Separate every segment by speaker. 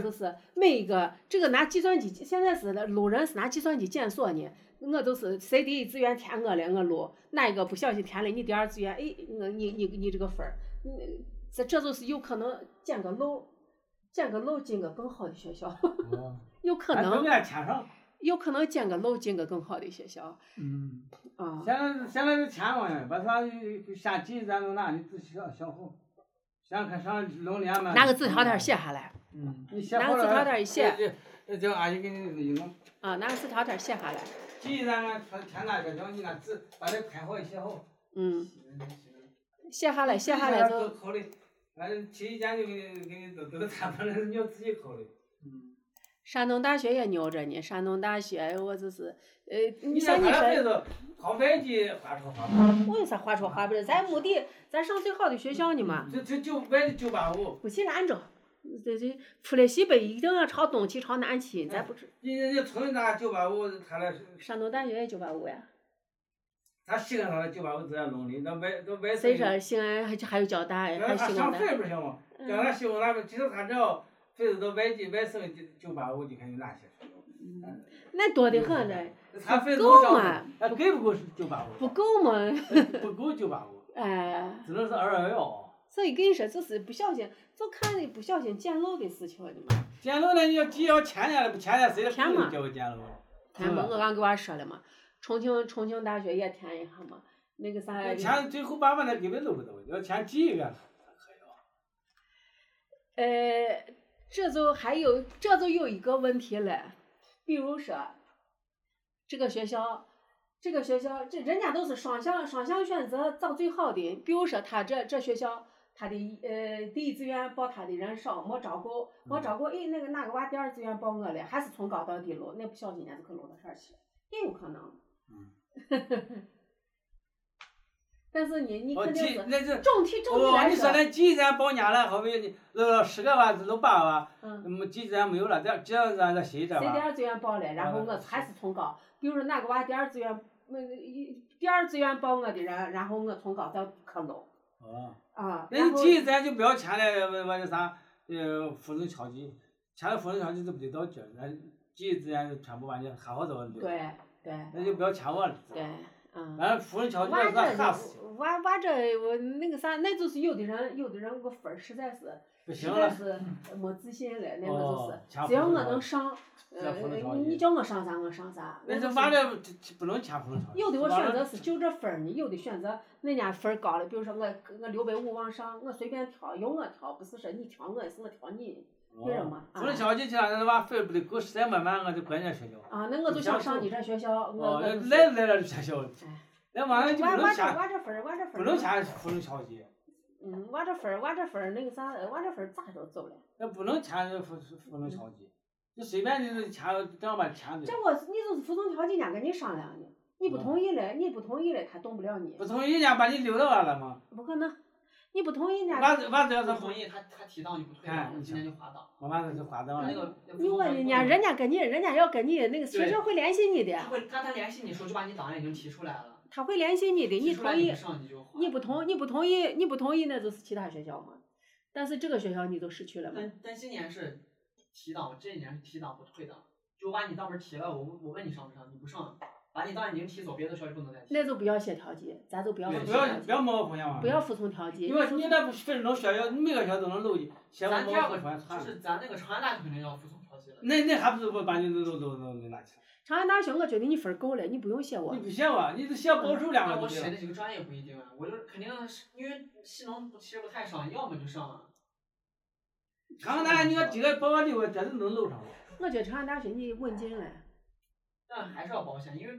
Speaker 1: 实是每一个这个拿计算机，现在是老人是拿计算机检索呢。我都是谁第一志愿填我了，我录哪一个不小心填了你第二志愿，哎，我你你你这个分儿，你这这就是有可能捡个漏，捡个漏进个更好的学校，
Speaker 2: 哦
Speaker 1: 有可
Speaker 2: 咱
Speaker 1: 能
Speaker 2: 永远填上。
Speaker 1: 有可能捡个漏进个更好的学校
Speaker 2: 嗯，
Speaker 1: 啊
Speaker 2: 现。在现在是钱嘛，把啥下集咱都拿你自己想想好，想看上龙年嘛。
Speaker 1: 拿个字条点儿写。下来，
Speaker 2: 嗯，你写
Speaker 1: 拿
Speaker 2: 好
Speaker 1: 个
Speaker 2: 了。
Speaker 1: 字条点儿一写
Speaker 2: 这。这这阿姨给你一弄，
Speaker 1: 啊，拿个字条点儿写下来，
Speaker 2: 记咱俺全填哪个叫你俺字，把这排好写好。
Speaker 1: 嗯，
Speaker 2: 写好写好
Speaker 1: 写下来，写下来
Speaker 2: 都
Speaker 1: 就
Speaker 2: 考虑，俺提意见就给你给你都都谈不了，你要自己考虑。嗯。
Speaker 1: 山东大学也牛着呢。山东大学，哎我就是，呃，你
Speaker 2: 你
Speaker 1: 像
Speaker 2: 像
Speaker 1: 你
Speaker 2: 你孩
Speaker 1: 说，
Speaker 2: 子好白的花trop 花不，
Speaker 1: 为啥划出划不了？咱目的，咱上最好的学校呢嘛。
Speaker 2: 这这九百九八五，
Speaker 1: 不去兰州，这这出来西北一定要朝东去，朝南去，咱不是
Speaker 2: 你你村那九八五，他那
Speaker 1: 山东大学也九八五呀。
Speaker 2: 他西安那九八五在农里，那外那外
Speaker 1: 谁说西安还还有交大，还
Speaker 2: 那
Speaker 1: 有
Speaker 2: 他
Speaker 1: 西工
Speaker 2: 上
Speaker 1: 大？
Speaker 2: 分不行吗？
Speaker 1: 嗯
Speaker 2: 叫俺西工那边，其实他只要分子到外地外省九九八五，你看有哪些？
Speaker 1: 那多得很嘞，
Speaker 2: 他分子
Speaker 1: 够
Speaker 2: 上
Speaker 1: 嘛，
Speaker 2: 那给不够九八五，
Speaker 1: 不够嘛？
Speaker 2: 呃不够九八五，
Speaker 1: 哎，
Speaker 2: 只能是二幺啊幺。
Speaker 1: 所以跟你说，就是不小心，就看你不小心捡漏的事情了嘛。
Speaker 2: 捡漏了，你要既要钱了，不钱了，谁
Speaker 1: 钱嘛
Speaker 2: 不叫我捡漏？
Speaker 1: 填吧，
Speaker 2: 嗯
Speaker 1: 我刚给我说了嘛，重庆重庆大学也填一下嘛，那个啥，
Speaker 2: 钱最后把我那根本漏不到，要钱几个？
Speaker 1: 呃，这就还有这就有一个问题了，比如说，这个学校，这个学校，这人家都是双向双向选择找最好的，比如说他这这学校。他的一呃第一志愿报他的人少，没招够，
Speaker 2: 嗯
Speaker 1: 没招够，哎，那个哪个娃第二志愿报我了，还是从高到低落，那不小心人家就可落到这儿去了，也有可能。
Speaker 2: 嗯。
Speaker 1: 但是你你
Speaker 2: 我
Speaker 1: 肯定是
Speaker 2: 记哦那是
Speaker 1: 总体总体
Speaker 2: 哦，
Speaker 1: 来
Speaker 2: 你说那鸡咱包年了，好比你漏十个娃子，漏八个娃，
Speaker 1: 嗯，
Speaker 2: 没鸡咱没有了，这这样咱再写一点
Speaker 1: 谁第
Speaker 2: 吧。
Speaker 1: 二志愿报了，然后我
Speaker 2: 嗯
Speaker 1: 还是从高，比如说哪个娃第二志愿，那个一第二志愿报我的人，然后我从高到可 low
Speaker 2: 哦，
Speaker 1: 啊，
Speaker 2: 那
Speaker 1: 然
Speaker 2: 你
Speaker 1: 后
Speaker 2: 鸡咱就不要钱了，我我那啥，呃，芙蓉桥鸡，钱了芙蓉桥鸡就不得到脚，那鸡自然就全部把你喊好走了。，
Speaker 1: 对对
Speaker 2: 那就不要钱我了。
Speaker 1: 对，嗯。
Speaker 2: 俺芙蓉桥鸡
Speaker 1: 娃
Speaker 2: 要是
Speaker 1: 这
Speaker 2: 吓死，
Speaker 1: 娃娃这我那个啥，那就是有的人有的人我分儿实在是
Speaker 2: 不
Speaker 1: 实
Speaker 2: 行
Speaker 1: 在
Speaker 2: 了。
Speaker 1: 是没自信了，那
Speaker 2: 哦
Speaker 1: 个，就是
Speaker 2: 钱不
Speaker 1: 只要我
Speaker 2: 能
Speaker 1: 能上，
Speaker 2: 这
Speaker 1: 呃
Speaker 2: 不能着，急
Speaker 1: 你叫我上啥我上啥。
Speaker 2: 那这
Speaker 1: 就是
Speaker 2: 娃了不能钱芙蓉桥鸡。
Speaker 1: 有的我选
Speaker 2: 娃
Speaker 1: 择
Speaker 2: 了
Speaker 1: 是就这分儿呢，有的选择人家分儿高了，比如说我我六百五往上，我随便挑，由我挑，不是说你挑我，是我挑你，为什么？
Speaker 2: 芙蓉
Speaker 1: 啊，
Speaker 2: 桥鸡去了，那娃分不得够，实在没办法，我就管人家学校。
Speaker 1: 啊，那我就想上你这学校，我
Speaker 2: 哦，
Speaker 1: 我
Speaker 2: 那
Speaker 1: 就是
Speaker 2: 来都来了就学校，
Speaker 1: 哎
Speaker 2: 那完了就不
Speaker 1: 娃
Speaker 2: 能
Speaker 1: 娃这
Speaker 2: 钱。
Speaker 1: 娃这分儿，娃这分儿，
Speaker 2: 不能钱不能敲击，
Speaker 1: 嗯，娃这分儿，娃这分儿那个啥，呃娃这分儿咋都走了？
Speaker 2: 那不能钱就不不能敲击，就随便你这钱这样把钱
Speaker 1: 这
Speaker 2: 的，
Speaker 1: 我你就是服从条件，人家跟你商量的，你不同意了，你不同意了，他动不了你
Speaker 2: 不，同意人家把你留到那了吗？
Speaker 1: 不可能，你不同意人家，
Speaker 2: 娃子娃子要是
Speaker 3: 他
Speaker 2: 同
Speaker 3: 同
Speaker 2: 意，
Speaker 3: 意，他他提档就不退
Speaker 2: 哎嗯
Speaker 3: 了，
Speaker 2: 你
Speaker 3: 你今天就滑档。
Speaker 2: 我娃子就划账
Speaker 3: 那
Speaker 2: 了。
Speaker 3: 个那个
Speaker 1: 你问人家，人家跟你，人家要跟你那个学校会联系你的
Speaker 3: 他，会他他联系你的时候就把你档案已经提出来了，
Speaker 1: 他会联系你的，你
Speaker 3: 提出来
Speaker 1: 同
Speaker 3: 你
Speaker 1: 意
Speaker 3: 不。上你就滑。
Speaker 1: 你不同，你不同意，你不同意，那就是其他学校嘛。但是这个学校你都失去了嘛？
Speaker 3: 但但今年是提档，这一年是提档不退档，就把你档门提了，我问我问你上不上，你不上，把你档案已经提走，别的学校就不能再提。
Speaker 1: 那就不要写调剂，咱就不要
Speaker 2: 不
Speaker 1: 写
Speaker 3: 对
Speaker 1: 调
Speaker 2: 要
Speaker 1: 剂，
Speaker 2: 不要冒风险嘛
Speaker 1: 不！要服从调剂
Speaker 2: 因。为你那不分成学校，每个学校都能漏一，嫌我
Speaker 3: 咱第二
Speaker 2: 冒
Speaker 3: 个
Speaker 2: 风险
Speaker 3: 就
Speaker 2: 差。
Speaker 3: 是咱那个长安大学肯定要服从调剂了。
Speaker 2: 那那还不是不把你漏漏漏漏拿去？
Speaker 1: 长安大学，我觉得你分儿够了，你不用写我
Speaker 2: 你。不信我，你都写保守两
Speaker 3: 那
Speaker 2: 个
Speaker 3: 我
Speaker 2: 字
Speaker 3: 选
Speaker 2: 了。
Speaker 3: 的这个专业不一定啊，我就是肯定是因为西农其实不太上，要么就上。啊
Speaker 2: 长大你要几个保安的，我绝对能漏上。
Speaker 1: 我觉得长安大学你稳进了，
Speaker 3: 但还是要保险，因为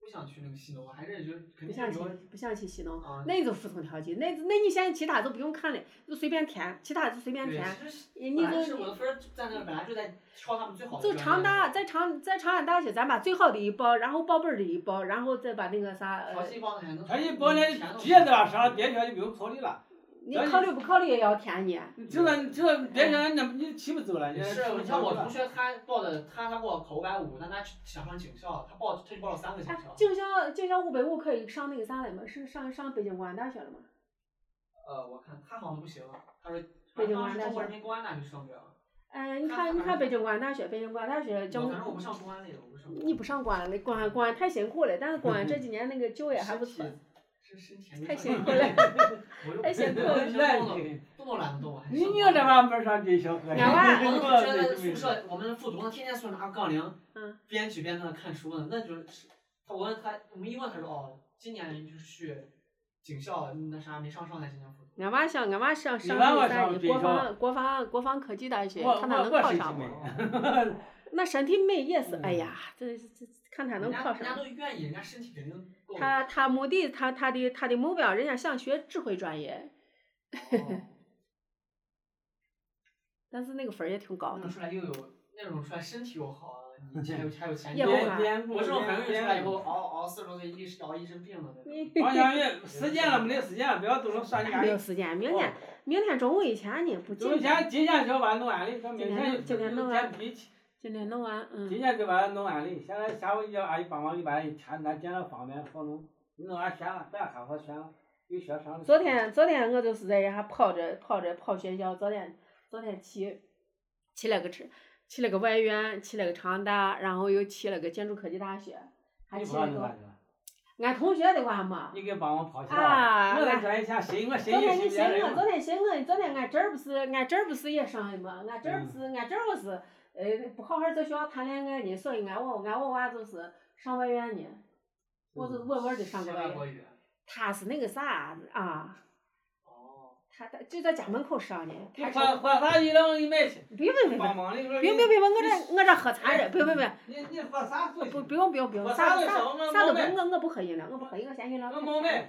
Speaker 3: 不想去那个西农，还是觉得
Speaker 1: 不
Speaker 3: 肯定
Speaker 1: 想
Speaker 3: 是
Speaker 1: 去
Speaker 3: 说，
Speaker 1: 不想去西农
Speaker 3: 啊，
Speaker 1: 那你就服从调剂。那那你现在其他就不用看了，就随便填，其他就随便
Speaker 3: 对，
Speaker 1: 填。
Speaker 3: 其实
Speaker 1: 你
Speaker 3: 本来
Speaker 1: 就是
Speaker 3: 我的分儿在那，本来就在挑他们最好的。
Speaker 1: 就长大，。在长在长安大学，咱把最好的一报，然后报本儿的一报，然后再把那个啥，
Speaker 3: 调
Speaker 1: 呃，
Speaker 3: 戏帮的还能。
Speaker 2: 他一保安直接在那上，别学就不用考虑了。
Speaker 1: 呃你考虑不考虑也要填你。啊
Speaker 2: 你这个你这个别人那你起不走了，你
Speaker 3: 也是，你像我同学，他报的，他他给我考五百五，但他想上警校，他报他就报了三个警
Speaker 1: 哎
Speaker 3: 校，。
Speaker 1: 警校警校五百五可以上那个啥了吗？是上上北京公安大学了吗？
Speaker 3: 呃，我看他好像不行，他说
Speaker 1: 北京
Speaker 3: 好
Speaker 1: 公安
Speaker 3: 像是
Speaker 1: 大
Speaker 3: 中国
Speaker 1: 学
Speaker 3: 人民公安大学上不了，
Speaker 1: 哎，你看，你看北京公安大学，北京公安大学教
Speaker 3: 我反正我不上公安类的，我不上。
Speaker 1: 你不上公安了，公安公安太辛苦了，但是公安这几年那个就业还不错
Speaker 3: 身。体。是身体还没
Speaker 1: 太
Speaker 3: 上
Speaker 1: 辛
Speaker 3: 去
Speaker 1: 苦了
Speaker 3: 我 又
Speaker 1: 太辛苦了
Speaker 3: 动都懒得动，我还
Speaker 2: 你
Speaker 3: 上
Speaker 2: 你
Speaker 3: 班
Speaker 2: 这玩意没上进小伙，
Speaker 1: 两万
Speaker 3: 我们
Speaker 2: 过
Speaker 3: 宿舍
Speaker 2: 了
Speaker 3: 宿舍，我们副总天天宿舍拿杠铃，
Speaker 1: 啊嗯
Speaker 3: 边举边在那看书呢。那就是他，我问他，我们一问他说，哦，今年就是去警校那啥没上上海今年副总。
Speaker 1: 俺娃想，俺娃上上
Speaker 2: 你娃娃
Speaker 1: 那
Speaker 2: 上
Speaker 1: 个
Speaker 2: 北
Speaker 1: 国
Speaker 2: 上
Speaker 3: 啊
Speaker 1: 防国防国防科技大学，
Speaker 2: 我
Speaker 1: 看他
Speaker 2: 我
Speaker 1: 能
Speaker 2: 我
Speaker 1: 考
Speaker 2: 身
Speaker 1: 上
Speaker 2: 体
Speaker 1: 不？
Speaker 2: 美，
Speaker 1: 那身体美也是，哎
Speaker 2: 嗯
Speaker 1: 呀，这这看他能
Speaker 3: 人家
Speaker 1: 考
Speaker 3: 人家
Speaker 1: 上。
Speaker 3: 都愿意，人家身体肯定够。
Speaker 1: 他他目的他他的他的目标，人家想学指挥专业，
Speaker 3: 哦
Speaker 1: 但是那个分儿也挺 高的
Speaker 3: 那哦种。出来又有那种出来身体又好，啊你这还有还有钱
Speaker 1: 也
Speaker 3: 赚
Speaker 1: 不晚
Speaker 3: 我这种朋友出来以后熬熬四十多岁一身熬一身病了那种。
Speaker 2: 王小玉，时间了没得时间了，不要动了，上你家
Speaker 1: 没
Speaker 2: 里
Speaker 1: 有。时间，明
Speaker 3: 哦
Speaker 1: 天明天中午以前呢，不
Speaker 2: 今
Speaker 1: 今天
Speaker 2: 天今天就把它弄完了，说明天就
Speaker 1: 今天弄
Speaker 2: 就
Speaker 1: 完
Speaker 2: 捡脾气，
Speaker 1: 今天弄完，
Speaker 2: 今
Speaker 1: 嗯，
Speaker 2: 天就把它弄完了。现在下午叫阿姨帮忙，你把它钱咱捡了方便好弄，你弄完闲了，咱还好闲了，有学生了。
Speaker 1: 昨天昨天我就是在家跑着跑着跑学校，昨天昨天骑骑了个车，骑了个外院，骑了个长大，然后又骑了个建筑科技大学，还
Speaker 2: 你
Speaker 1: 骑
Speaker 2: 帮
Speaker 1: 了
Speaker 2: 你干
Speaker 1: 个
Speaker 2: 什么？
Speaker 1: 俺同学的话嘛。
Speaker 2: 你给帮我跑去
Speaker 1: 啊
Speaker 2: 我
Speaker 1: 来
Speaker 2: 来转一下谁我谁
Speaker 1: 昨天
Speaker 2: 也
Speaker 1: 你寻
Speaker 2: 谁别
Speaker 1: 我，昨
Speaker 2: 人。
Speaker 1: 天寻我，昨天俺侄儿不是，俺侄儿不是也上了嘛，俺侄儿不是，俺侄儿我是，呃，不好好在学校谈恋爱呢，所以俺我俺我娃就是上外院呢，我是稳稳的上个
Speaker 3: 学
Speaker 1: 外
Speaker 3: 外
Speaker 1: 院
Speaker 3: 国。语。
Speaker 1: 他是那个啥啊，
Speaker 3: 哦。
Speaker 1: 他他就在家门口上呢。
Speaker 2: 你
Speaker 1: 他
Speaker 2: 换换啥衣裳？你买去，
Speaker 1: 别别别别
Speaker 2: 帮忙的。
Speaker 1: 别别别，我这我这喝茶着，别别别，
Speaker 2: 你你喝啥水？
Speaker 1: 不不用不用不用，
Speaker 2: 我
Speaker 1: 啥
Speaker 2: 啥
Speaker 1: 都啥
Speaker 2: 都想，我
Speaker 1: 啥都
Speaker 2: 冒
Speaker 1: 不用，
Speaker 2: 昧，
Speaker 1: 我我不喝饮料，我不喝饮料，先饮料。
Speaker 2: 我冒昧。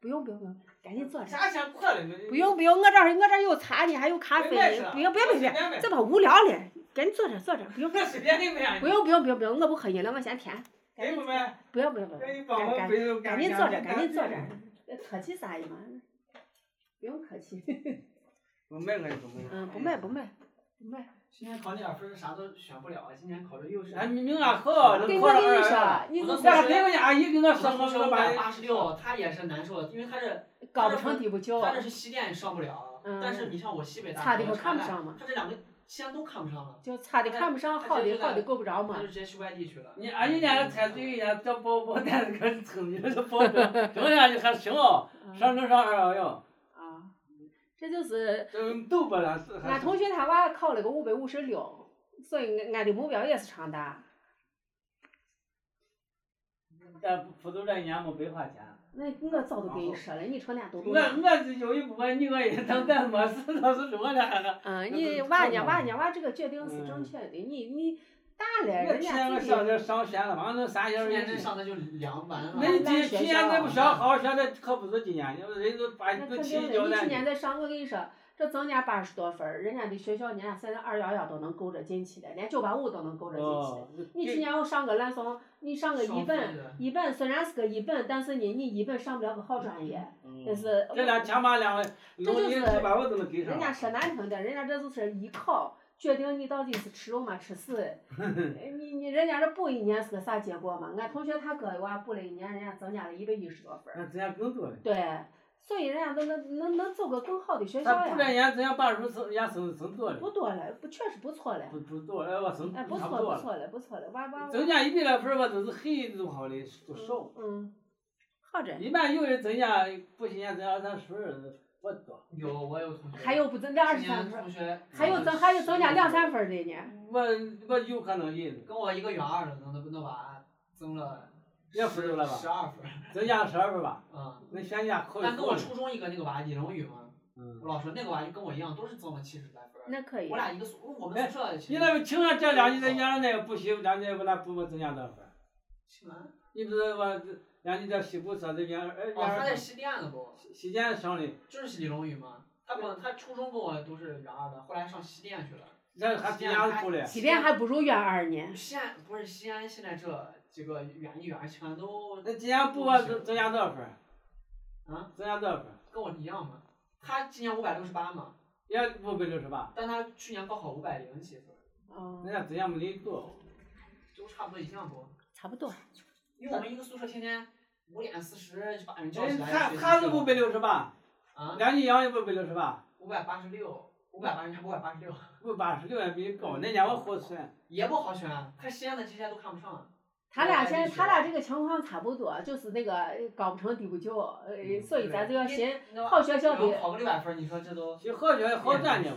Speaker 1: 不用不用不用，赶紧坐着。
Speaker 2: 啥先快了？你
Speaker 1: 不用不用，我这儿我这儿有茶呢，还有咖啡
Speaker 2: 没事
Speaker 1: 呢。
Speaker 2: 了
Speaker 1: 不用别别别，
Speaker 2: 别
Speaker 1: 这把无聊了，赶紧坐着坐着，不用
Speaker 2: 我随便你买。
Speaker 1: 不用不用不用不用，我不喝饮料，我嫌甜。
Speaker 2: 给不买？
Speaker 1: 不用不用不
Speaker 2: 给你
Speaker 1: 用，
Speaker 2: 帮
Speaker 1: 赶
Speaker 2: 忙
Speaker 1: 赶
Speaker 2: 背着
Speaker 1: 赶紧坐着，赶紧坐着。，
Speaker 2: 哎
Speaker 1: 客气啥呀嘛？不用客气，
Speaker 2: 我买个东西。
Speaker 1: 嗯，不卖。不卖不卖。
Speaker 2: 嗯
Speaker 3: 今年考那点分儿啥都选不了啊！今年考的又是。
Speaker 2: 哎，你明俺好，
Speaker 1: 给
Speaker 2: 能
Speaker 1: 我
Speaker 2: 考
Speaker 1: 跟你
Speaker 2: 上
Speaker 1: 说，啊你
Speaker 3: 我
Speaker 1: 这
Speaker 3: 能
Speaker 2: 但
Speaker 1: 是
Speaker 2: 是别个阿啊姨给我
Speaker 3: 我
Speaker 2: 说，
Speaker 3: 同学
Speaker 2: 我
Speaker 3: 五
Speaker 2: 把
Speaker 3: 百八十六，他也是难受，因为他是
Speaker 1: 搞不成低不就，
Speaker 3: 他这是西电上不了，啊
Speaker 1: 嗯
Speaker 3: 但是你像我西北大
Speaker 1: 差
Speaker 3: 学
Speaker 1: 的不看不
Speaker 3: 差
Speaker 1: 上嘛，
Speaker 3: 他这两个西安都看不上了，
Speaker 1: 就差的看不上，好的好的够不哎着
Speaker 3: 他
Speaker 1: 嘛
Speaker 3: 就。
Speaker 2: 嗯
Speaker 3: 直接去外地去了。
Speaker 2: 你俺人家那才对呀，叫包包，但是可是称你 这包包，中间你还行哦，
Speaker 1: 嗯
Speaker 2: 上能上二幺幺，
Speaker 1: 啊，这就是
Speaker 2: 都都不了是还
Speaker 1: 俺同学他娃考了个五百五十六，所以俺俺的目标也是长大。
Speaker 2: 但福州这一年没白花钱。
Speaker 1: 那我早都跟你说了，你成天都
Speaker 2: 我
Speaker 1: 不
Speaker 2: 我是有一部分你我也当但没事，倒是我这还还。
Speaker 1: 嗯，
Speaker 2: 那
Speaker 1: 你
Speaker 2: 都是
Speaker 1: 娃
Speaker 2: 正
Speaker 1: 家
Speaker 2: 常
Speaker 1: 娃
Speaker 2: 的
Speaker 1: 家娃这个决定是正
Speaker 2: 嗯
Speaker 1: 确的，你你大了，
Speaker 2: 我
Speaker 1: 哎人
Speaker 2: 去
Speaker 1: 家
Speaker 2: 年我
Speaker 1: 自己
Speaker 2: 上这上学了，完了三
Speaker 3: 去
Speaker 2: 年
Speaker 3: 年
Speaker 2: 也
Speaker 3: 这上的就凉完了。
Speaker 2: 那你今去年那不学好学的，可不是今年，人都把
Speaker 1: 啊那
Speaker 2: 都
Speaker 1: 肯
Speaker 2: 提
Speaker 1: 定
Speaker 2: 交
Speaker 1: 的，你
Speaker 2: 了
Speaker 1: 去。年再上，我跟你说，这增加八十多分儿，人家的学校人家现在二幺幺都能够着进去的，连九八五都能够着进去的。
Speaker 2: 哦，
Speaker 1: 你去年我上个烂怂，你上个一
Speaker 3: 双
Speaker 1: 本
Speaker 3: 非的，
Speaker 1: 一本虽然是个一本，但是呢，你一本上不了个好专业，
Speaker 2: 嗯
Speaker 1: 但是
Speaker 2: 这俩前把两个，农民九把我都能给上。
Speaker 1: 人家说难听点，人家这就是一考决定你到底是吃肉嘛吃 屎。呃你你人家这补一年是个啥结果嘛？俺同学他哥的娃补了一年，人家增加了一百一十多分儿。
Speaker 2: 那这样更多了。
Speaker 1: 对，所以人家都能能能走个更好的学校
Speaker 2: 他不然
Speaker 1: 呀。
Speaker 2: 人家把人生人家生生多了，
Speaker 1: 不多了，不确实不错了，
Speaker 2: 不不多了，我生
Speaker 1: 哎，不
Speaker 2: 差
Speaker 1: 错
Speaker 2: 不多
Speaker 1: 不
Speaker 2: 了。
Speaker 1: 错了，不错了，娃娃。
Speaker 2: 增加一百来分吧，都是很都好的，都少。
Speaker 1: 嗯，好着。
Speaker 2: 一般有人增加，不行，人增加三十分不多。
Speaker 3: 有我有同学，
Speaker 1: 还有不增加二
Speaker 3: 去
Speaker 1: 十
Speaker 3: 年
Speaker 1: 三分儿，
Speaker 3: 同学，嗯
Speaker 1: 还有增还有增加两三分儿的呢。
Speaker 2: 我我有可能也
Speaker 3: 跟我一个远二的，那那娃增了
Speaker 2: 也不是了吧
Speaker 3: 十二分儿，
Speaker 2: 增加十二分吧，
Speaker 3: 嗯。
Speaker 2: 那现在扣一
Speaker 3: 但跟我
Speaker 2: 扣。
Speaker 3: 初中一个那个娃李荣宇嘛，
Speaker 2: 嗯
Speaker 3: 我。老说那个娃就跟我一样，都是增了七十来分儿。
Speaker 1: 那可以
Speaker 3: 我。俩一个宿，我们宿舍
Speaker 2: 你那个青安这两
Speaker 3: 哦
Speaker 2: 年在伢那个补习，两年不那补不增加多少分？
Speaker 3: 清南，
Speaker 2: 你不是我这两年在西部说这伢哎
Speaker 3: 哦，他在
Speaker 2: 伢
Speaker 3: 西电的不？
Speaker 2: 西建上的，
Speaker 3: 就是李荣宇嘛。他不，他初中跟我都是远二的，后来上西电去了。
Speaker 2: 这还比伢补嘞。
Speaker 1: 起点还不如原二呢。
Speaker 3: 西安不是西安，现在这几个远一远全都
Speaker 2: 那今年补我增增加多少分？
Speaker 3: 啊，
Speaker 2: 增加多少分？
Speaker 3: 跟我一样嘛。他今年五百六十八嘛，
Speaker 2: 也五百六十八，
Speaker 3: 但他去年高考五百零几分，
Speaker 1: 哦
Speaker 2: 人，家增加没你多。
Speaker 3: 都差不多一样多。
Speaker 1: 差不多。
Speaker 3: 因为我们一个宿舍天天五点四十就把人叫
Speaker 2: 人
Speaker 3: 起来。
Speaker 2: 他他是五百六十八，
Speaker 3: 啊，
Speaker 2: 两年伢也五百六十八，
Speaker 3: 五百八十六，五百八十，还五百八十六，
Speaker 2: 我八十六还比你
Speaker 3: 嗯
Speaker 2: 高，那年我活算，
Speaker 3: 也不好选，啊看西安的这些都看不上啊。
Speaker 1: 他俩
Speaker 3: 我还
Speaker 1: 现
Speaker 3: 是
Speaker 1: 他俩这个情况差不多，就是那个呃搞不成抵不就，呃，
Speaker 2: 嗯
Speaker 1: 所以咱就要寻
Speaker 3: 那
Speaker 1: 好学校
Speaker 3: 你要
Speaker 1: 的。
Speaker 3: 考个六百分儿，你说这都
Speaker 2: 其实好学好赚
Speaker 3: 嗯
Speaker 2: 的嘛。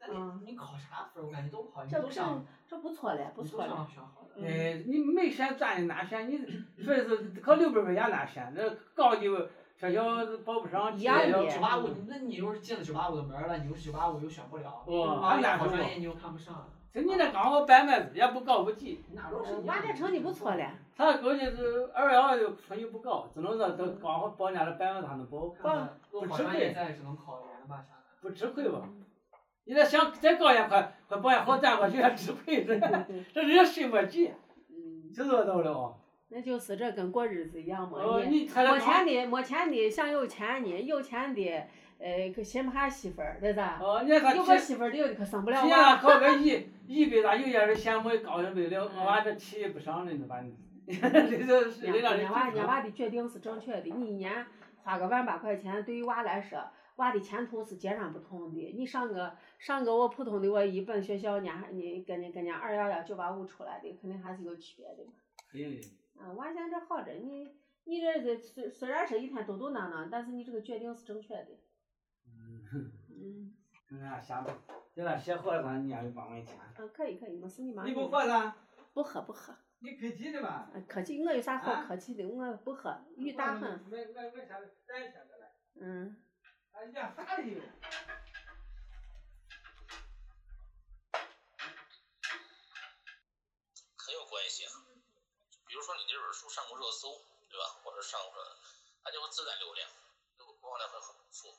Speaker 3: 那你你考啥分儿？我感觉都不好，你都
Speaker 1: 不是
Speaker 3: 上，
Speaker 1: 这不错嘞，不
Speaker 3: 你都
Speaker 1: 错
Speaker 3: 上
Speaker 1: 嘞。
Speaker 3: 了学好的。
Speaker 1: 嗯
Speaker 2: 哎，你没钱赚的哪选？你分是考六百分也哪选？那高级学校报不上，
Speaker 1: 一样的
Speaker 2: 要
Speaker 1: 对
Speaker 3: 九八五，那你又是进了九八五的门儿了，你又是九八五又选不了，
Speaker 2: 哦
Speaker 3: 然后你
Speaker 2: 那
Speaker 3: 好
Speaker 2: 不
Speaker 3: 专
Speaker 2: 错
Speaker 3: 业你又看不上，
Speaker 2: 就你那刚好白麦子也不高不低，
Speaker 3: 哪都是
Speaker 1: 呃
Speaker 3: 一
Speaker 1: 娃
Speaker 3: 样
Speaker 1: 这
Speaker 3: 的。
Speaker 1: 成绩不错嘞，
Speaker 2: 他估计是二幺就成绩不高，只能说他刚好保人家的白麦他能保，
Speaker 3: 看看，
Speaker 2: 不
Speaker 3: 我好
Speaker 2: 吃
Speaker 3: 专
Speaker 2: 亏
Speaker 3: 业在只能考研吧啥的。
Speaker 2: 不吃亏吧？
Speaker 1: 嗯
Speaker 2: 你再想再高点，快快保人好赚过去，还吃亏
Speaker 1: 对
Speaker 2: 这
Speaker 1: 对，
Speaker 2: 这人家心没急，
Speaker 1: 嗯，
Speaker 2: 知道到了啊？
Speaker 1: 那就是这跟过日子一样嘛。
Speaker 2: 哦，
Speaker 1: 你
Speaker 2: 你看
Speaker 1: 没
Speaker 2: 那
Speaker 1: 钱的没钱的想有钱呢，有钱的呃可寻不下媳妇儿，对吧？
Speaker 2: 哦，你看他
Speaker 1: 有
Speaker 2: 提
Speaker 1: 个媳妇儿的有的可生不了
Speaker 2: 提
Speaker 1: 娃。
Speaker 2: 啊，考个一，一给咱有些人羡慕高人没
Speaker 1: 嗯
Speaker 2: 了，我娃这提不上了，你把你，这这是
Speaker 1: 人
Speaker 2: 人家
Speaker 1: 家
Speaker 2: 人
Speaker 1: 娃人家娃的决定是正确的，你一年花个万把块钱，对于娃来说，娃的前途是截然不同的。你上个上个我普通的我一本学校，人家你跟人跟人家二幺幺九八五出来的，肯定还是有区别的嘛。啊，娃现在好着，你你这这虽虽然是一天嘟嘟囔囔，但是你这个决定是正确的。嗯，
Speaker 2: 跟俺瞎吧，叫他写货咱人家就帮我钱。
Speaker 1: 啊，可以可以，没事，你忙。
Speaker 2: 你不喝噻？
Speaker 1: 不喝不喝，
Speaker 2: 你客气的嘛。
Speaker 1: 啊客气，我有啥好
Speaker 2: 啊嗯
Speaker 1: 客气的？我不喝，雨大很。
Speaker 2: 我我我啥咱也晓得了，
Speaker 1: 嗯，
Speaker 2: 俺家啥都有。
Speaker 4: 很有关系啊。比如说你这本书上过热搜，对吧？或者上过，它就会自带流量，就播放量会很不错。